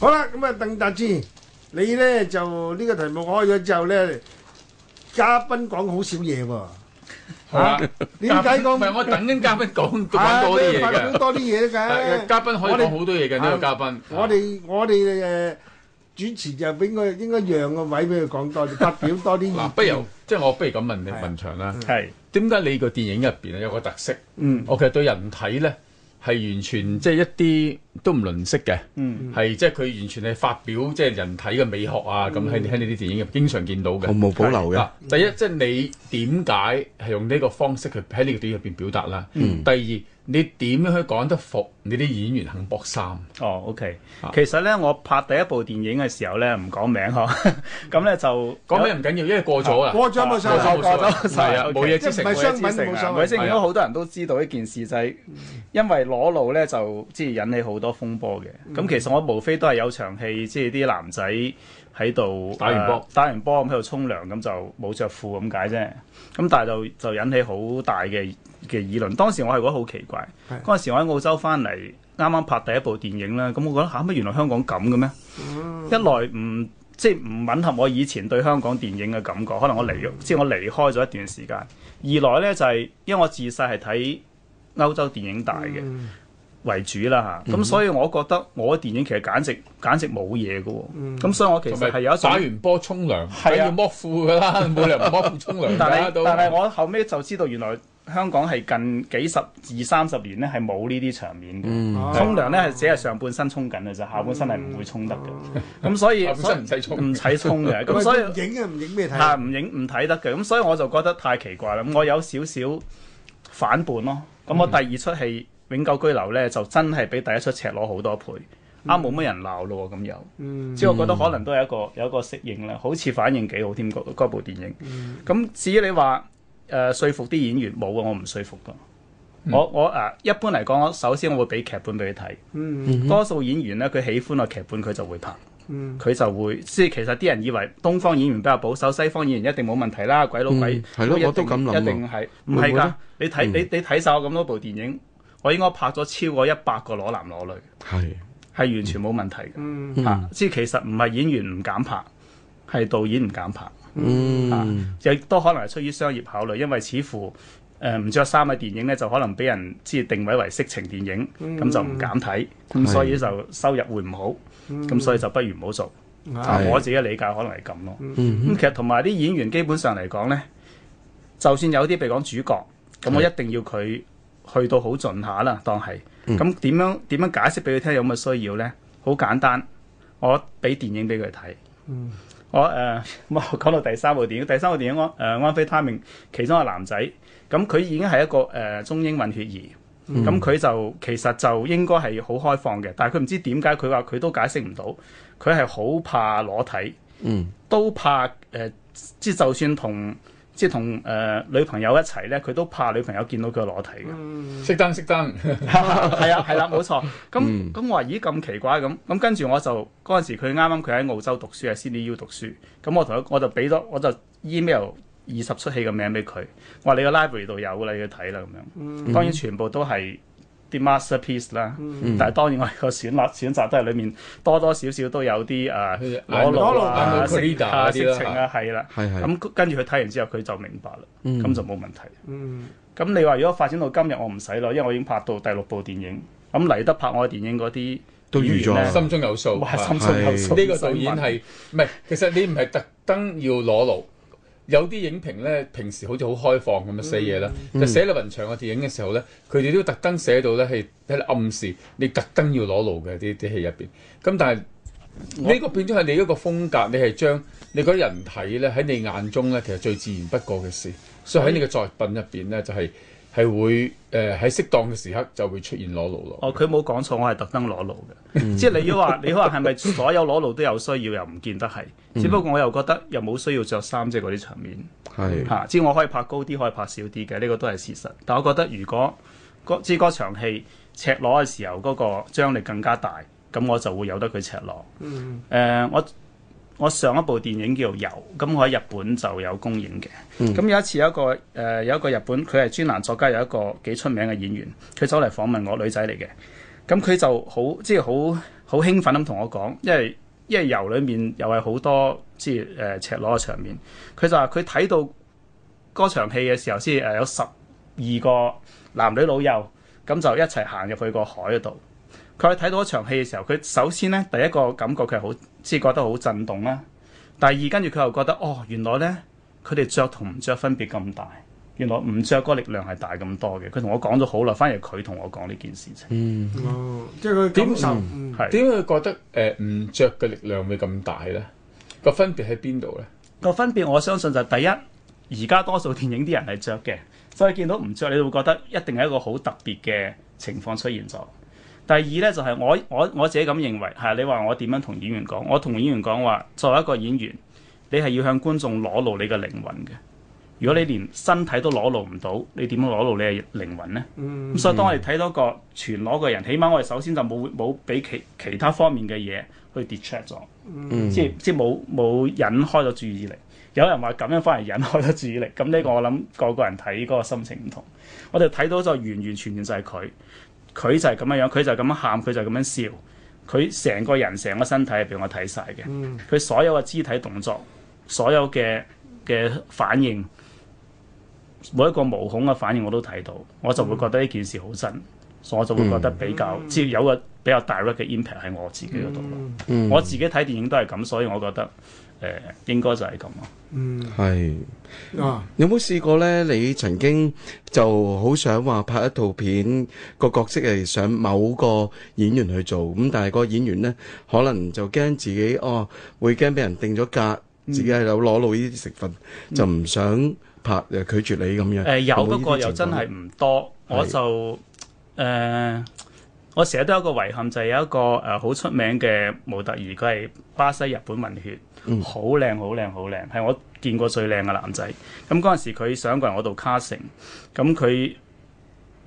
[SPEAKER 3] 好啦，咁啊，鄧達志，你咧就呢個題目開咗之後咧，嘉賓講好少嘢喎。
[SPEAKER 4] 好啦，
[SPEAKER 3] 點解
[SPEAKER 4] 唔
[SPEAKER 3] 講
[SPEAKER 4] 係我等緊嘉賓講
[SPEAKER 3] 啊
[SPEAKER 4] 講多啲
[SPEAKER 3] 你
[SPEAKER 4] 嘢
[SPEAKER 3] 發表
[SPEAKER 4] 嘅，
[SPEAKER 3] 多啲嘢
[SPEAKER 4] 誒
[SPEAKER 3] 㗎？
[SPEAKER 4] 嘉賓可以
[SPEAKER 3] 我哋
[SPEAKER 4] 講好多嘢嘅呢個嘉賓。
[SPEAKER 3] 我哋我哋誒主持就應該應該讓個位俾佢講多啲，發表多啲意
[SPEAKER 4] 嗱，
[SPEAKER 3] 見。
[SPEAKER 4] 不如即係我不如咁問你
[SPEAKER 3] 係啊
[SPEAKER 4] 文長啦。
[SPEAKER 6] 係
[SPEAKER 4] 點解你個電影入邊有個特色？
[SPEAKER 6] 嗯，
[SPEAKER 4] 我其實對人體咧係完全即係一啲都唔吝惜嘅，
[SPEAKER 6] 嗯
[SPEAKER 4] 係即係佢完全係發表即係人體嘅美學啊，咁喺喺呢啲電影入邊經常見到嘅。
[SPEAKER 5] 毫無保留嘅
[SPEAKER 4] 嗱，第一即係你點解係用呢個方式去喺呢個電影入邊表達啦？
[SPEAKER 5] 嗯
[SPEAKER 4] 第二，你點樣去講得服你啲演員肯搏衫？
[SPEAKER 6] 哦，OK
[SPEAKER 4] 啊。
[SPEAKER 6] 其實咧，我拍第一部電影嘅時候咧，唔講名呵，咁咧就
[SPEAKER 4] 講咩唔緊要，因為過咗啦，
[SPEAKER 3] 哦過咗冇
[SPEAKER 4] 過咗
[SPEAKER 3] 曬，
[SPEAKER 4] 冇
[SPEAKER 6] 過
[SPEAKER 4] 所謂，
[SPEAKER 6] 咗冇所謂
[SPEAKER 4] 係啊，
[SPEAKER 6] OK
[SPEAKER 4] 冇嘢
[SPEAKER 3] 即
[SPEAKER 4] 之
[SPEAKER 3] 係
[SPEAKER 4] 成
[SPEAKER 3] 唔係。商品
[SPEAKER 6] 成
[SPEAKER 3] 冇所
[SPEAKER 6] 啊，
[SPEAKER 3] 謂
[SPEAKER 6] 每星期都好多人都知道一件事，就係因為裸露咧就即係引起好多風波嘅。咁其實我無非都係有場戲，即係啲男仔喺度
[SPEAKER 4] 打完波
[SPEAKER 6] 呃打完波咁喺度沖涼，咁就冇着褲咁解啫。咁但係就就引起好大嘅嘅議論。當時我係覺得好奇怪，嗰陣時我喺澳洲翻嚟，啱啱拍第一部電影啦，咁我覺得嚇乜、原來香港咁嘅咩？一來唔即係唔吻合我以前對香港電影嘅感覺，可能我離即係我離開咗一段時間。二來呢，就係、因為我自細係睇歐洲電影大嘅，為主啦嚇。咁、所以我覺得我嘅電影其實簡直簡直冇嘢嘅喎。咁、所以我其
[SPEAKER 4] 同
[SPEAKER 6] 實
[SPEAKER 4] 埋
[SPEAKER 6] 係有一
[SPEAKER 4] 打
[SPEAKER 6] 種。
[SPEAKER 4] 完波沖涼，
[SPEAKER 6] 係啊
[SPEAKER 4] 梗要剝褲噶啦，冇理由唔剝褲沖涼㗎
[SPEAKER 6] 但
[SPEAKER 4] 啦
[SPEAKER 6] 係
[SPEAKER 4] 都。
[SPEAKER 6] 但係我後尾就知道原來香港係近幾十至三十年咧係冇呢啲場面嘅。
[SPEAKER 4] 嗯
[SPEAKER 5] 嗯
[SPEAKER 3] 哦
[SPEAKER 6] 沖涼咧係只係上半身沖緊嘅啫，下半身係唔會沖得嘅。咁所以
[SPEAKER 4] 嗯下半身唔使沖
[SPEAKER 6] 唔使沖嘅。
[SPEAKER 3] 喂
[SPEAKER 6] 咁所以
[SPEAKER 3] 唔 影啊，唔影咩睇
[SPEAKER 6] 嚇
[SPEAKER 3] 啊？
[SPEAKER 6] 唔影唔睇得嘅，咁所以我就覺得太奇怪啦。咁我有少少反叛咯。咁我第二出戲《永久居留》咧，就真係比第一出赤裸好多倍。啱冇乜人鬧咯喎，咁又，即係我覺得可能都有一個有一個適應啦，好似反應幾好添嗰嗰部電影。咁、至於你話誒、呃、說服啲演員冇啊，我唔說服噶。我我誒、啊一般嚟講，我首先我會俾劇本俾佢睇。
[SPEAKER 5] 嗯
[SPEAKER 6] 多數演員咧，佢喜歡個劇本，佢就會拍。佢就會即係其實啲人以為東方演員比較保守，西方演員一定冇問題啦，鬼佬鬼
[SPEAKER 5] 嗯係咯
[SPEAKER 6] 一定
[SPEAKER 5] 我都咁諗喎
[SPEAKER 6] 一定係唔
[SPEAKER 5] 會唔
[SPEAKER 6] 係
[SPEAKER 5] 會
[SPEAKER 6] 㗎
[SPEAKER 5] 呢？嗯
[SPEAKER 6] 你睇你你睇晒我咁多部電影，我應該拍咗超過一百個裸男裸女，
[SPEAKER 5] 係
[SPEAKER 6] 係完全冇問題
[SPEAKER 5] 嗯
[SPEAKER 6] 嘅嚇。即係其實唔係演員唔敢拍，係導演唔敢拍。
[SPEAKER 5] 嗯
[SPEAKER 6] 亦都可能係出於商業考慮，因為似乎誒唔着衫嘅電影咧，就可能俾人即係定位為色情電影，咁、就唔敢睇，咁所以就收入會唔好，咁、所以就不如唔好做。啊
[SPEAKER 5] 係
[SPEAKER 6] 我自己嘅理解可能係咁咯。咁、
[SPEAKER 5] 嗯
[SPEAKER 6] 其實同埋啲演員基本上嚟講咧，就算有啲譬如講主角，咁我一定要佢去到好盡下啦，當係。
[SPEAKER 5] 嗯
[SPEAKER 6] 咁點、樣點樣解釋俾佢聽有咁嘅需要咧？好簡單，我俾電影俾佢睇。我誒、呃我講到第三部電影，第三部電影安誒、呃安非他命，其中一個男仔，咁佢已經係一個誒、呃中英混血兒，咁佢、就其實就應該係好開放嘅，但係佢唔知點解佢話佢都解釋唔到，佢係好怕裸體，
[SPEAKER 5] 嗯
[SPEAKER 6] 都怕誒、呃即係就算同即係同誒女朋友一齊咧，佢都怕女朋友見到佢裸體嘅。
[SPEAKER 4] 熄燈熄
[SPEAKER 6] 嗯
[SPEAKER 4] 燈，
[SPEAKER 6] 係啊，係啦，冇錯。咁咁我話咦咁奇怪咁，咁跟住我就嗰陣時佢啱啱佢喺澳洲讀書，喺 CDU 讀書。咁我同佢我就俾咗我就 email 二十出戲嘅名俾佢，我話你個 library 度有㗎啦，你要睇啦咁樣。當然全部都係啲 masterpiece 啦，但係當然我哋個選擇 選擇都係裡面多多少少都有啲誒裸露
[SPEAKER 4] 裸露
[SPEAKER 6] 啊、
[SPEAKER 4] 啊
[SPEAKER 6] 色
[SPEAKER 4] Corrida
[SPEAKER 6] 啊、
[SPEAKER 4] 嗰啲啦
[SPEAKER 6] 色情啊，係啦。
[SPEAKER 5] 係係
[SPEAKER 6] 咁跟住佢睇完之後，佢就明白啦，
[SPEAKER 5] 嗯
[SPEAKER 6] 咁就冇問題。
[SPEAKER 3] 嗯
[SPEAKER 6] 咁你話如果發展到今日，我唔使咯，因為我已經拍到第六部電影。咁嚟得拍我嘅電影嗰啲
[SPEAKER 5] 都
[SPEAKER 6] 演員
[SPEAKER 5] 預咗
[SPEAKER 6] 呢
[SPEAKER 4] 心中有數。
[SPEAKER 6] 哇，
[SPEAKER 4] 啊
[SPEAKER 6] 心中有數。
[SPEAKER 4] 呢個導演係唔係？其實你唔係特登要裸露。有啲影評咧，平時好似好開放咁樣寫嘢啦，就寫李雲祥嘅電影嘅時候咧，佢哋都特登寫到咧係喺度暗示你特登要裸露嘅啲啲戲入邊。咁但係呢個變咗係你一個風格，你係將你覺得人體咧喺你眼中咧，其實最自然不過嘅事。所以喺你嘅作品入邊咧，就係、係會誒喺、適當嘅時刻就會出現裸露咯。
[SPEAKER 6] 哦，佢冇講錯，我係特登裸露
[SPEAKER 4] 嗯
[SPEAKER 6] 嘅。即係你要話， 你話係咪所有裸露都有需要？又唔見得係。
[SPEAKER 4] 嗯
[SPEAKER 6] 只不過我又覺得又冇需要着衫啫，嗰啲場面
[SPEAKER 5] 係
[SPEAKER 6] 嚇。即係啊我可以拍高啲，可以拍少啲嘅，呢個都係事實。但我覺得如果嗰即係嗰場戲赤裸嘅時候，嗰個張力更加大，咁我就會由得佢赤裸。
[SPEAKER 3] 嗯
[SPEAKER 6] 誒、我我上一部電影叫《遊》，咁我喺日本就有公映嘅。咁、有一次有一個誒、呃有一個日本佢係專欄作家，有一個幾出名嘅演員，佢走嚟訪問我，女仔嚟嘅。咁佢就好即係好好興奮咁同我講，因為因為《遊》裡面又係好多即係誒、呃赤裸嘅場面。佢就話佢睇到嗰場戲嘅時候，先誒有十二個男女老幼咁就一齊行入去個海嗰度。佢睇到一場戲嘅時候，佢首先咧第一個感覺佢係好，即係覺得好震動啦。第二跟住佢又覺得哦，原來咧佢哋着同唔着分別咁大，原來唔着個力量係大咁多嘅。佢同我講咗好耐，反而佢同我講呢件事情。
[SPEAKER 3] 哦，即係佢感受，嗯
[SPEAKER 6] 係
[SPEAKER 4] 點解佢覺得誒唔着嘅力量會咁大咧？個分別喺邊度咧？
[SPEAKER 6] 個分別我相信就係第一，而家多數電影啲人係着嘅，所以見到唔着你就會覺得一定係一個好特別嘅情況出現咗。第二咧就係、我我我自己咁認為係你話我點樣同演員講？我同演員講話，作為一個演員，你係要向觀眾裸露你嘅靈魂嘅。如果你連身體都裸露唔到，你點樣裸露你嘅靈魂呢？咁、所以當我哋睇到個全裸嘅人，起碼我哋首先就冇冇俾其其他方面嘅嘢去 detract 咗。
[SPEAKER 5] 嗯
[SPEAKER 6] 即係即係冇冇引開咗注意力。有人話咁樣反而引開咗注意力，咁呢個我諗個個人睇嗰個心情唔同。我哋睇到就完完全全就係佢，佢就係咁樣樣，佢就係咁樣喊，佢就係咁樣笑，佢成個人成個身體係俾我睇晒嘅。佢所有嘅肢體動作，所有嘅嘅反應，每一個毛孔嘅反應我都睇到，我就會覺得呢件事好真。所以我就會覺得比較，即係有個比較 direct 嘅 impact 喺我自己嗰度咯。
[SPEAKER 5] 嗯
[SPEAKER 6] 我自己睇電影都係咁，所以我覺得誒、呃、應該就係咁咯。
[SPEAKER 5] 係。
[SPEAKER 3] 啊，
[SPEAKER 5] 有冇試過咧？你曾經就好想話拍一套片，個角色係想某個演員去做，咁但係個演員咧可能就驚自己哦，會驚俾人定咗格，
[SPEAKER 6] 嗯
[SPEAKER 5] 自己係有裸露呢啲成分，就唔想拍又拒絕嗯你咁樣。
[SPEAKER 6] 誒、有，
[SPEAKER 5] 冇呢
[SPEAKER 6] 不
[SPEAKER 5] 啲
[SPEAKER 6] 過又
[SPEAKER 5] 情
[SPEAKER 6] 真
[SPEAKER 5] 況
[SPEAKER 6] 係唔多。我就誒、呃我成日都有一個遺憾，就係、有一個誒好、出名嘅模特兒，佢係巴西日本混血，
[SPEAKER 5] 嗯
[SPEAKER 6] 好靚好靚好靚，係我見過最靚嘅男仔。咁嗰陣時佢上過嚟我度 casting，咁佢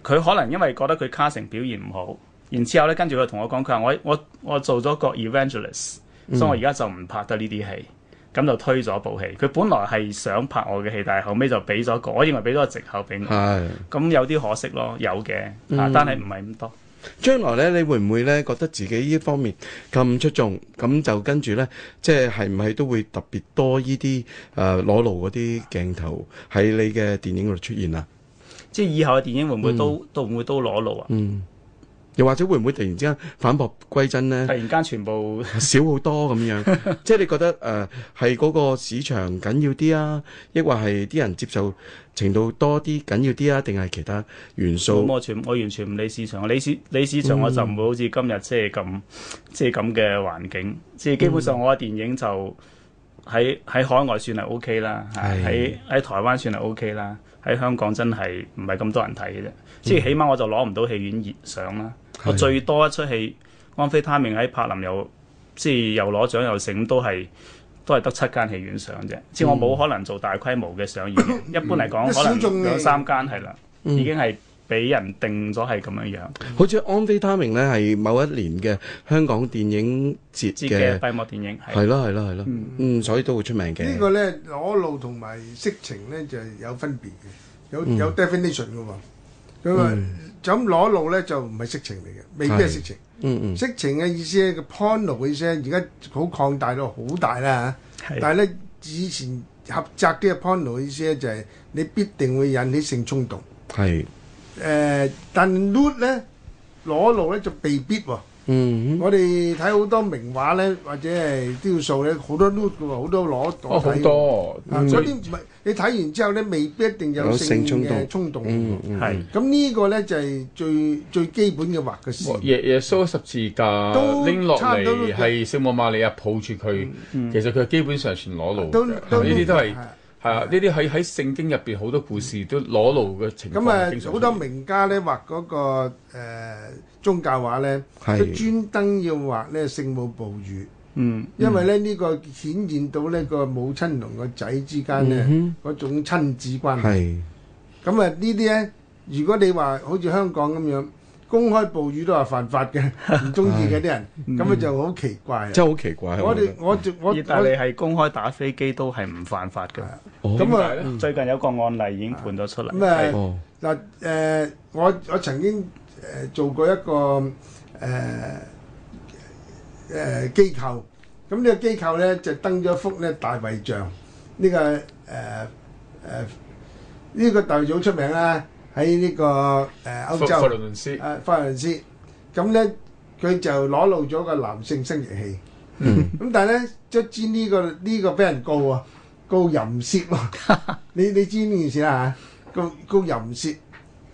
[SPEAKER 6] 佢可能因為覺得佢 casting 表現唔好，然之後咧跟住佢同我講，佢話我我我做咗個 evangelist，所以我而家就唔拍得呢啲戲。咁就推咗部戲，佢本來係想拍我嘅戲，但係後尾就俾咗個，我認為俾咗個藉口俾我。
[SPEAKER 5] 係。
[SPEAKER 6] 咁有啲可惜咯，有嘅，啊，但係唔係咁多。
[SPEAKER 5] 將來咧，你會唔會咧覺得自己呢方面咁出眾，咁就跟住咧，即係係唔係都會特別多呢啲誒裸露嗰啲鏡頭喺你嘅電影嗰度出現啊？
[SPEAKER 6] 即係以後嘅電影會唔會都、都會唔會都裸露啊？
[SPEAKER 5] 嗯又或者會唔會突然之間反璞歸真咧
[SPEAKER 6] 突？然間全部
[SPEAKER 5] 少好多 咁樣，即係你覺得誒係嗰個市場緊要啲啊，抑或係啲人接受程度多啲緊要啲啊，定係其他元
[SPEAKER 6] 咁
[SPEAKER 5] 素？
[SPEAKER 6] 我全我完全唔理市場，我理市理市場我就唔會好似今日即係咁即係咁嘅環境，即係基本上我嘅電影就喺喺海外算係 O K 啦，啊
[SPEAKER 5] 係
[SPEAKER 6] 喺喺台灣算係 O K 啦，喺香港真係唔係咁多人睇嘅啫。即係起碼我就攞唔到戲院熱賞啦，我最多一出戲《安非他命》喺柏林又即係又攞獎又成，都係。都係得七間戲院上啫，即係我冇可能做大規模嘅上映 嘅。一般嚟
[SPEAKER 3] 嗯
[SPEAKER 6] 講，可
[SPEAKER 3] 小眾嗯嘅
[SPEAKER 6] 能兩三間係啦，已經係俾人定咗係咁樣樣。
[SPEAKER 5] 好似《安非他命》咧，係某一年嘅香港電影節
[SPEAKER 6] 節嘅
[SPEAKER 5] 嘅，
[SPEAKER 6] 閉幕電影
[SPEAKER 5] 係
[SPEAKER 6] 係
[SPEAKER 5] 咯係咯係咯，嗯，所以都會出名
[SPEAKER 3] 呢
[SPEAKER 5] 嘅。
[SPEAKER 3] 個咧裸露同埋色情咧就係有分別嘅，有有 definition 嘅喎。佢話就咁裸露咧就唔係色情嚟嘅，未必係色情。
[SPEAKER 5] 嗯嗯，
[SPEAKER 3] 色情嘅意思咧，個 porno 嘅意思咧，而家好擴大到好大啦嚇。但係咧，以前狹窄啲嘅 porno 嘅意思咧，就係你必定會引起性衝動。
[SPEAKER 5] 係，
[SPEAKER 3] 誒、但 nude 咧裸露咧就未必喎。
[SPEAKER 5] 嗯
[SPEAKER 3] 我哋睇好多名畫咧，或者係雕塑咧，好多 nude 嘅喎，好多裸
[SPEAKER 4] 哦，
[SPEAKER 3] 裸體
[SPEAKER 4] 好
[SPEAKER 3] 喎。
[SPEAKER 4] 多嗯
[SPEAKER 3] 啊，嗰啲唔係你睇完之後咧，未必一定有
[SPEAKER 5] 嗯有
[SPEAKER 3] 性
[SPEAKER 5] 性衝
[SPEAKER 3] 嘅
[SPEAKER 5] 動
[SPEAKER 3] 衝動。
[SPEAKER 5] 嗯嗯，
[SPEAKER 6] 係
[SPEAKER 3] 咁呢個咧就係最最基本嘅畫嘅線。
[SPEAKER 4] 耶耶穌十字架
[SPEAKER 3] 都
[SPEAKER 4] 拎落
[SPEAKER 3] 差唔多都嗯
[SPEAKER 4] 嚟係聖母瑪利亞抱住佢，其實佢基本上全裸露
[SPEAKER 3] 都
[SPEAKER 4] 嘅，呢
[SPEAKER 3] 都
[SPEAKER 4] 啲都係
[SPEAKER 3] 係
[SPEAKER 4] 係啊，呢啲喺喺聖經入邊好多故事都裸露嘅情況
[SPEAKER 3] 咁啊
[SPEAKER 4] 經，常
[SPEAKER 3] 好多
[SPEAKER 4] 出現
[SPEAKER 3] 名家咧畫嗰個呃宗教畫咧，
[SPEAKER 5] 係
[SPEAKER 3] 佢專登要畫咧聖母哺乳，
[SPEAKER 6] 嗯
[SPEAKER 3] 因為咧呢個顯現到呢個母親同個仔之間咧
[SPEAKER 5] 嗯
[SPEAKER 3] 嗰種親子關係。
[SPEAKER 5] 係，
[SPEAKER 3] 咁啊呢啲咧，如果你話好似香港咁樣公開哺乳都係犯法嘅，唔中意嘅啲人，咁啊就好奇怪啊！
[SPEAKER 5] 真係好奇怪。
[SPEAKER 3] 我
[SPEAKER 5] 覺
[SPEAKER 3] 哋
[SPEAKER 5] 得
[SPEAKER 3] 我就我
[SPEAKER 6] 意大利
[SPEAKER 3] 我
[SPEAKER 6] 係公開打飛機都係唔犯法嘅。
[SPEAKER 3] 咁
[SPEAKER 4] 點解
[SPEAKER 3] 啊
[SPEAKER 4] 咧
[SPEAKER 6] 最近有個案例已經判咗出嚟。
[SPEAKER 3] 咁啊
[SPEAKER 6] 係
[SPEAKER 5] 哦，
[SPEAKER 3] 嗱誒，我我曾經誒做過一個誒誒機構，咁呢個機構咧就登咗一幅咧大衛像，呢個誒誒呢個大衛像好出名啦，喺呢個誒歐
[SPEAKER 4] 佛佛
[SPEAKER 3] 洲
[SPEAKER 4] 羅倫斯
[SPEAKER 3] 誒法蘭斯，咁咧佢就裸露咗個男性生殖器，咁但係咧即知呢個呢個俾人告啊，告淫褻喎。你你知呢件事啦嚇，告告淫褻，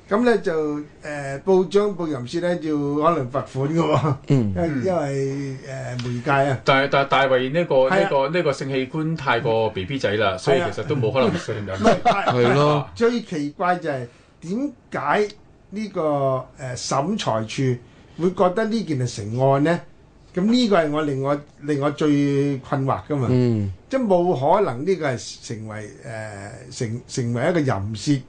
[SPEAKER 3] 咁咧就誒、呃、報章報淫褻咧要可能罰款嘅喎，因為因為誒、呃媒介啊，
[SPEAKER 4] 但係但係大衛呢個
[SPEAKER 3] 係啊
[SPEAKER 4] 呢個呢個性器官太過 B B 仔啦，所以
[SPEAKER 3] 係啊
[SPEAKER 4] 其實都冇可能信任
[SPEAKER 3] 唔。係但
[SPEAKER 5] 係咯，
[SPEAKER 3] 最奇怪就係點解呢個誒、呃、審裁處會覺得呢件係成案咧？咁呢個係我令我令我最困惑噶嘛，
[SPEAKER 5] 嗯
[SPEAKER 3] 即係冇可能呢個係成為誒、呃成成為一個淫褻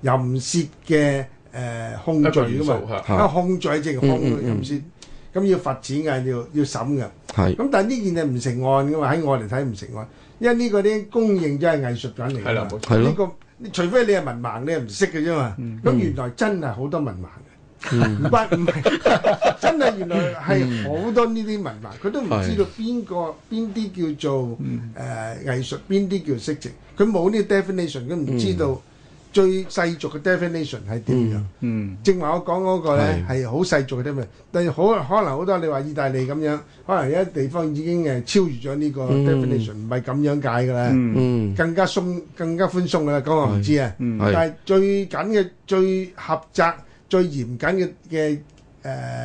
[SPEAKER 3] 淫褻嘅誒控
[SPEAKER 4] 一個
[SPEAKER 3] 罪
[SPEAKER 4] 元
[SPEAKER 3] 噶
[SPEAKER 4] 素
[SPEAKER 3] 嘛。
[SPEAKER 4] 嚇，
[SPEAKER 5] 嚇
[SPEAKER 3] 啊控罪淨係
[SPEAKER 5] 嗯
[SPEAKER 3] 控
[SPEAKER 5] 嗯嗯
[SPEAKER 3] 咁先，咁要罰錢㗎，要要審㗎。
[SPEAKER 5] 係，
[SPEAKER 3] 咁但係呢件係唔成案㗎嘛，喺我嚟睇唔成案，因為呢個啲公認咗係藝術品嚟
[SPEAKER 4] 係
[SPEAKER 3] 㗎
[SPEAKER 4] 啦
[SPEAKER 3] 嘛。
[SPEAKER 4] 冇錯。
[SPEAKER 5] 係
[SPEAKER 3] 呢
[SPEAKER 5] 咯。嗯
[SPEAKER 3] 個除非你係文盲，你係唔識嘅啫嘛。咁原來真係好多文盲嘅，唔係唔係，真係原來係
[SPEAKER 5] 嗯
[SPEAKER 3] 好多呢啲文盲，佢都唔知道邊個邊啲
[SPEAKER 5] 嗯嗯
[SPEAKER 3] 叫做誒藝術，邊啲叫色情。佢冇呢個 definition，佢唔知道最世俗嘅 definition 係點樣？
[SPEAKER 6] 嗯，
[SPEAKER 3] 正話我講嗰個咧係好世俗嘅 definition，但係好可能好多你話意大利咁樣，可能有啲地方已經誒超越咗呢個
[SPEAKER 5] 嗯
[SPEAKER 3] definition，唔係咁樣解㗎啦。
[SPEAKER 6] 嗯，
[SPEAKER 5] 嗯，
[SPEAKER 3] 更加鬆、更加寬鬆㗎啦。咁我唔知啊，
[SPEAKER 6] 嗯
[SPEAKER 5] 係
[SPEAKER 3] 但係最緊嘅、最狹窄、最嚴謹嘅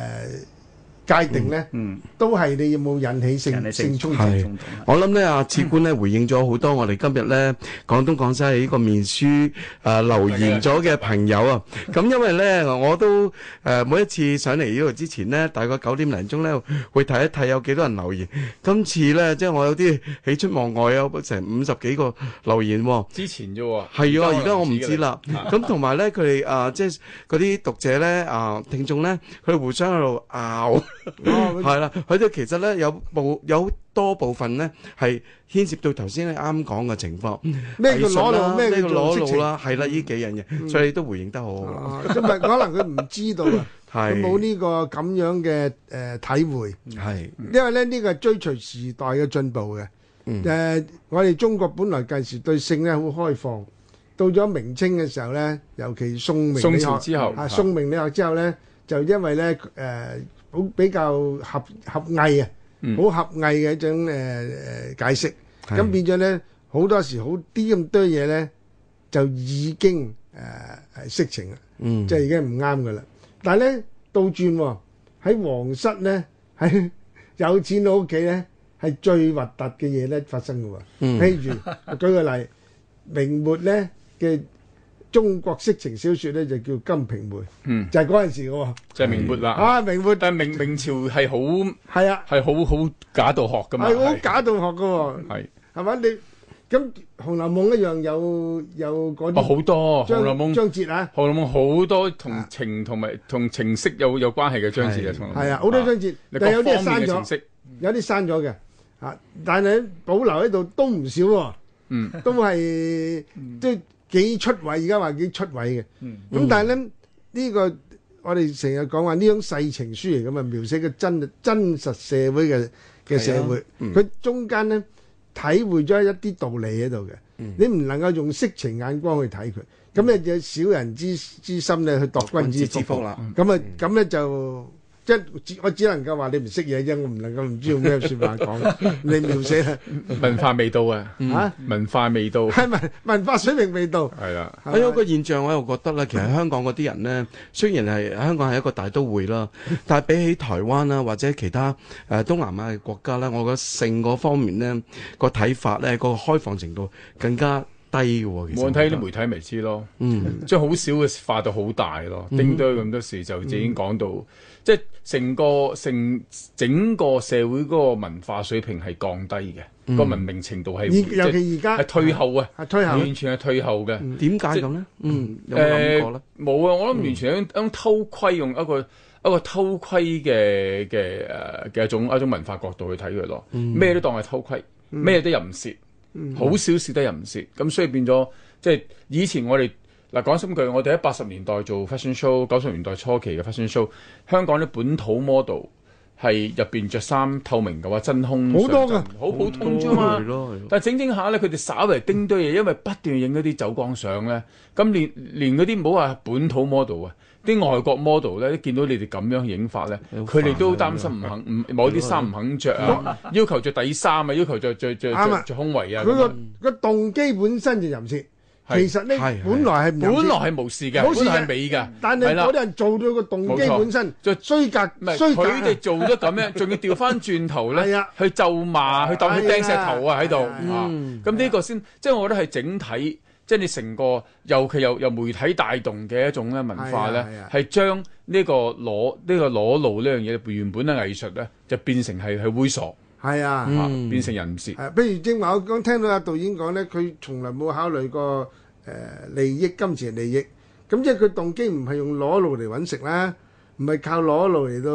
[SPEAKER 3] 嘅誒界定咧，
[SPEAKER 6] 嗯，
[SPEAKER 3] 都係你有冇引起
[SPEAKER 6] 人
[SPEAKER 3] 性
[SPEAKER 6] 哋
[SPEAKER 3] 性衝突？
[SPEAKER 5] 係
[SPEAKER 6] 衝動係
[SPEAKER 5] 我諗咧，阿次官咧回應咗好多我哋今日咧廣東廣西喺呢個面書誒、呃留言咗嘅朋友啊。咁因為咧，我都誒、呃每一次上嚟呢度之前咧，大概九點零鐘咧會睇一睇有幾多人留言。今次咧，即係我有啲喜出望外啊，有成五十幾個留言喎、
[SPEAKER 4] 之前啫喎，
[SPEAKER 5] 係啊，而家我唔
[SPEAKER 4] 㗎
[SPEAKER 5] 知。啦。咁同埋咧，佢哋啊，即係嗰啲讀者咧啊，聽眾咧，佢哋互相喺度啊拗，
[SPEAKER 3] 哦
[SPEAKER 5] 係啦。佢哋其實咧有部有多部分咧係牽涉到頭先你啱講嘅情況，
[SPEAKER 3] 咩叫
[SPEAKER 5] 藝術
[SPEAKER 3] 裸
[SPEAKER 5] 啦啊
[SPEAKER 3] 露？咩
[SPEAKER 5] 咩
[SPEAKER 3] 叫
[SPEAKER 5] 叫裸
[SPEAKER 3] 裸露
[SPEAKER 5] 露
[SPEAKER 3] 啦？
[SPEAKER 5] 啦，係啦，呢幾樣嘢，所以你都回應得好好。
[SPEAKER 3] 嗯啊因為可能佢唔知道啊，佢
[SPEAKER 5] 係
[SPEAKER 3] 冇呢個咁樣嘅誒、呃、體會，
[SPEAKER 5] 係
[SPEAKER 3] 因為咧呢個係追隨時代嘅進步嘅。誒、
[SPEAKER 5] 嗯
[SPEAKER 3] 我哋中國本來近時對性咧好開放，到咗明清嘅時候咧，尤其宋明
[SPEAKER 4] 宋
[SPEAKER 3] 理
[SPEAKER 4] 朝
[SPEAKER 3] 學。
[SPEAKER 4] 之後，
[SPEAKER 3] 啊，宋明理學之後咧，就因為咧誒好比較合合藝啊，
[SPEAKER 4] 嗯
[SPEAKER 3] 好合藝嘅一種誒誒解釋，咁
[SPEAKER 5] 係
[SPEAKER 3] 變咗咧好多時好啲咁多嘢咧就已經誒係色情啦，
[SPEAKER 5] 嗯
[SPEAKER 3] 即係已經唔啱噶啦。但係咧倒轉喎，喺皇室咧喺 有錢佬屋企咧係最核突嘅嘢咧發生嘅喎。
[SPEAKER 5] 嗯
[SPEAKER 3] 譬如舉個例，明末咧嘅中國色情小說咧就叫《金瓶梅》，
[SPEAKER 4] 嗯
[SPEAKER 3] 就係嗰陣時嘅喎。
[SPEAKER 4] 即係明末啦。
[SPEAKER 3] 啊，明末
[SPEAKER 4] 但係明明朝係好
[SPEAKER 3] 係啊，
[SPEAKER 4] 係好好假道學㗎嘛，
[SPEAKER 3] 係好
[SPEAKER 4] 係
[SPEAKER 3] 假道學嘅喎，
[SPEAKER 4] 係
[SPEAKER 3] 係咪？你咁《紅樓夢》一樣有有嗰
[SPEAKER 4] 哦
[SPEAKER 3] 啲
[SPEAKER 4] 好多《紅
[SPEAKER 3] 章
[SPEAKER 4] 樓夢》。
[SPEAKER 3] 章節啊，
[SPEAKER 4] 《紅樓夢》好多同
[SPEAKER 3] 啊
[SPEAKER 4] 情同埋同情色有有關係嘅章節啊，同
[SPEAKER 3] 係啊，好多章節，但係有啲係刪
[SPEAKER 4] 情
[SPEAKER 3] 咗，
[SPEAKER 4] 色，
[SPEAKER 3] 有啲刪咗嘅。啊！但係保留喺度都唔少喎，
[SPEAKER 4] 嗯，
[SPEAKER 3] 都係即係幾出位，而家話幾出位嘅。
[SPEAKER 6] 嗯
[SPEAKER 3] 咁但係咧，呢、個我哋成日講話呢種世情書嚟咁啊，描寫嘅真真實社會嘅嘅社會，佢、中間咧體會咗一啲道理喺度嘅，你唔能夠用色情眼光去睇佢，咁你就小人之之心咧去度君子之腹
[SPEAKER 5] 啦。
[SPEAKER 3] 咁啊咁咧就。即係只我只能夠話你唔識嘢啫，我唔能夠唔知用咩説話 講，你描寫啦
[SPEAKER 4] 文化味道啊，
[SPEAKER 3] 嚇，
[SPEAKER 4] 文化 味道
[SPEAKER 3] 係文文化水平未到，
[SPEAKER 4] 係啦，
[SPEAKER 3] 係
[SPEAKER 5] 我有
[SPEAKER 3] 嘛
[SPEAKER 5] 啊個現象，我又覺得咧，其實香港嗰啲人咧，雖然係香港係一個大都會 啦，但係比起台灣啦或者其他誒、呃、東南亞嘅國家咧，我覺得性嗰方面咧個睇法咧個開放程度更加低嘅喎。其實
[SPEAKER 4] 我睇啲媒體咪知咯，
[SPEAKER 5] 嗯
[SPEAKER 4] 將好少嘅化到好大咯，
[SPEAKER 3] 嗯
[SPEAKER 4] 叮噹咁多事就已經講到，即係成個成整個社會嗰個文化水平係降低
[SPEAKER 5] 嗯
[SPEAKER 4] 嘅，個文明程度係
[SPEAKER 3] 而尤其
[SPEAKER 4] 即
[SPEAKER 3] 而家
[SPEAKER 4] 係退後啊，
[SPEAKER 3] 啊推後
[SPEAKER 4] 完全係退後嘅。
[SPEAKER 5] 點解咁咧？嗯，有冇諗過咧？嗯
[SPEAKER 4] 冇啊！我諗完全係一種偷窺，用一個一個偷窺嘅嘅誒嘅一種一種文化角度去睇佢咯。
[SPEAKER 5] 嗯
[SPEAKER 4] 咩、都當係偷窺，咩、都淫褻，好少少都淫褻。咁所以變咗即係以前我哋嗱講心句，我哋喺八十年代做 fashion show，九十年代初期嘅 fashion show，香港啲本土 model 係入邊着衫透明嘅話，真空
[SPEAKER 3] 好多
[SPEAKER 4] 上陣
[SPEAKER 3] 㗎
[SPEAKER 4] 好普通啫嘛
[SPEAKER 5] 係。咯，係咯
[SPEAKER 4] 但係整整下咧，佢哋稍為叮堆嘢，因為不斷影嗰啲走光相咧，咁連連嗰啲唔好話本土 model 啊，啲外國 model 咧，見到你哋咁樣影法咧，
[SPEAKER 5] 好煩啊
[SPEAKER 4] 佢哋都擔心唔肯，唔某啲衫唔肯着啊，要求着底衫啊，要求着着着
[SPEAKER 3] 啱啊
[SPEAKER 4] 着着胸圍啊，
[SPEAKER 3] 佢
[SPEAKER 4] 咁樣
[SPEAKER 3] 個個動機本身就淫褻，
[SPEAKER 4] 係
[SPEAKER 3] 其實呢
[SPEAKER 5] 係係
[SPEAKER 3] 本來係唔淫褻
[SPEAKER 4] 本來係無視嘅，
[SPEAKER 3] 冇事
[SPEAKER 4] 本
[SPEAKER 3] 嘅
[SPEAKER 4] 來係美嘅，
[SPEAKER 3] 但係
[SPEAKER 4] 係啦
[SPEAKER 3] 嗰啲人做到個動機
[SPEAKER 4] 冇錯
[SPEAKER 3] 本身，
[SPEAKER 4] 就
[SPEAKER 3] 衰格
[SPEAKER 4] 唔係
[SPEAKER 3] 衰格啊
[SPEAKER 4] 佢哋做咗咁 樣，仲要調翻轉頭
[SPEAKER 3] 係
[SPEAKER 4] 咧
[SPEAKER 3] 啊，
[SPEAKER 4] 去咒罵，去當佢
[SPEAKER 3] 係啊
[SPEAKER 4] 掟石頭啊喺度
[SPEAKER 3] 係啊
[SPEAKER 4] 啊！咁呢個先，即係我覺得係整體，即係你成個，尤其由由媒體帶動嘅一種咧文化咧
[SPEAKER 3] 係啊係啊，
[SPEAKER 4] 係將呢個裸呢個裸露呢樣嘢原本嘅藝術咧，就變成係係猥瑣
[SPEAKER 3] 係啊。
[SPEAKER 4] 啊，變成人事。
[SPEAKER 3] 誒，譬如正話我講聽到阿導演講咧，佢從來冇考慮過誒、呃利益、金錢利益，咁即係佢動機唔係用裸露嚟揾食啦，唔係靠裸露嚟到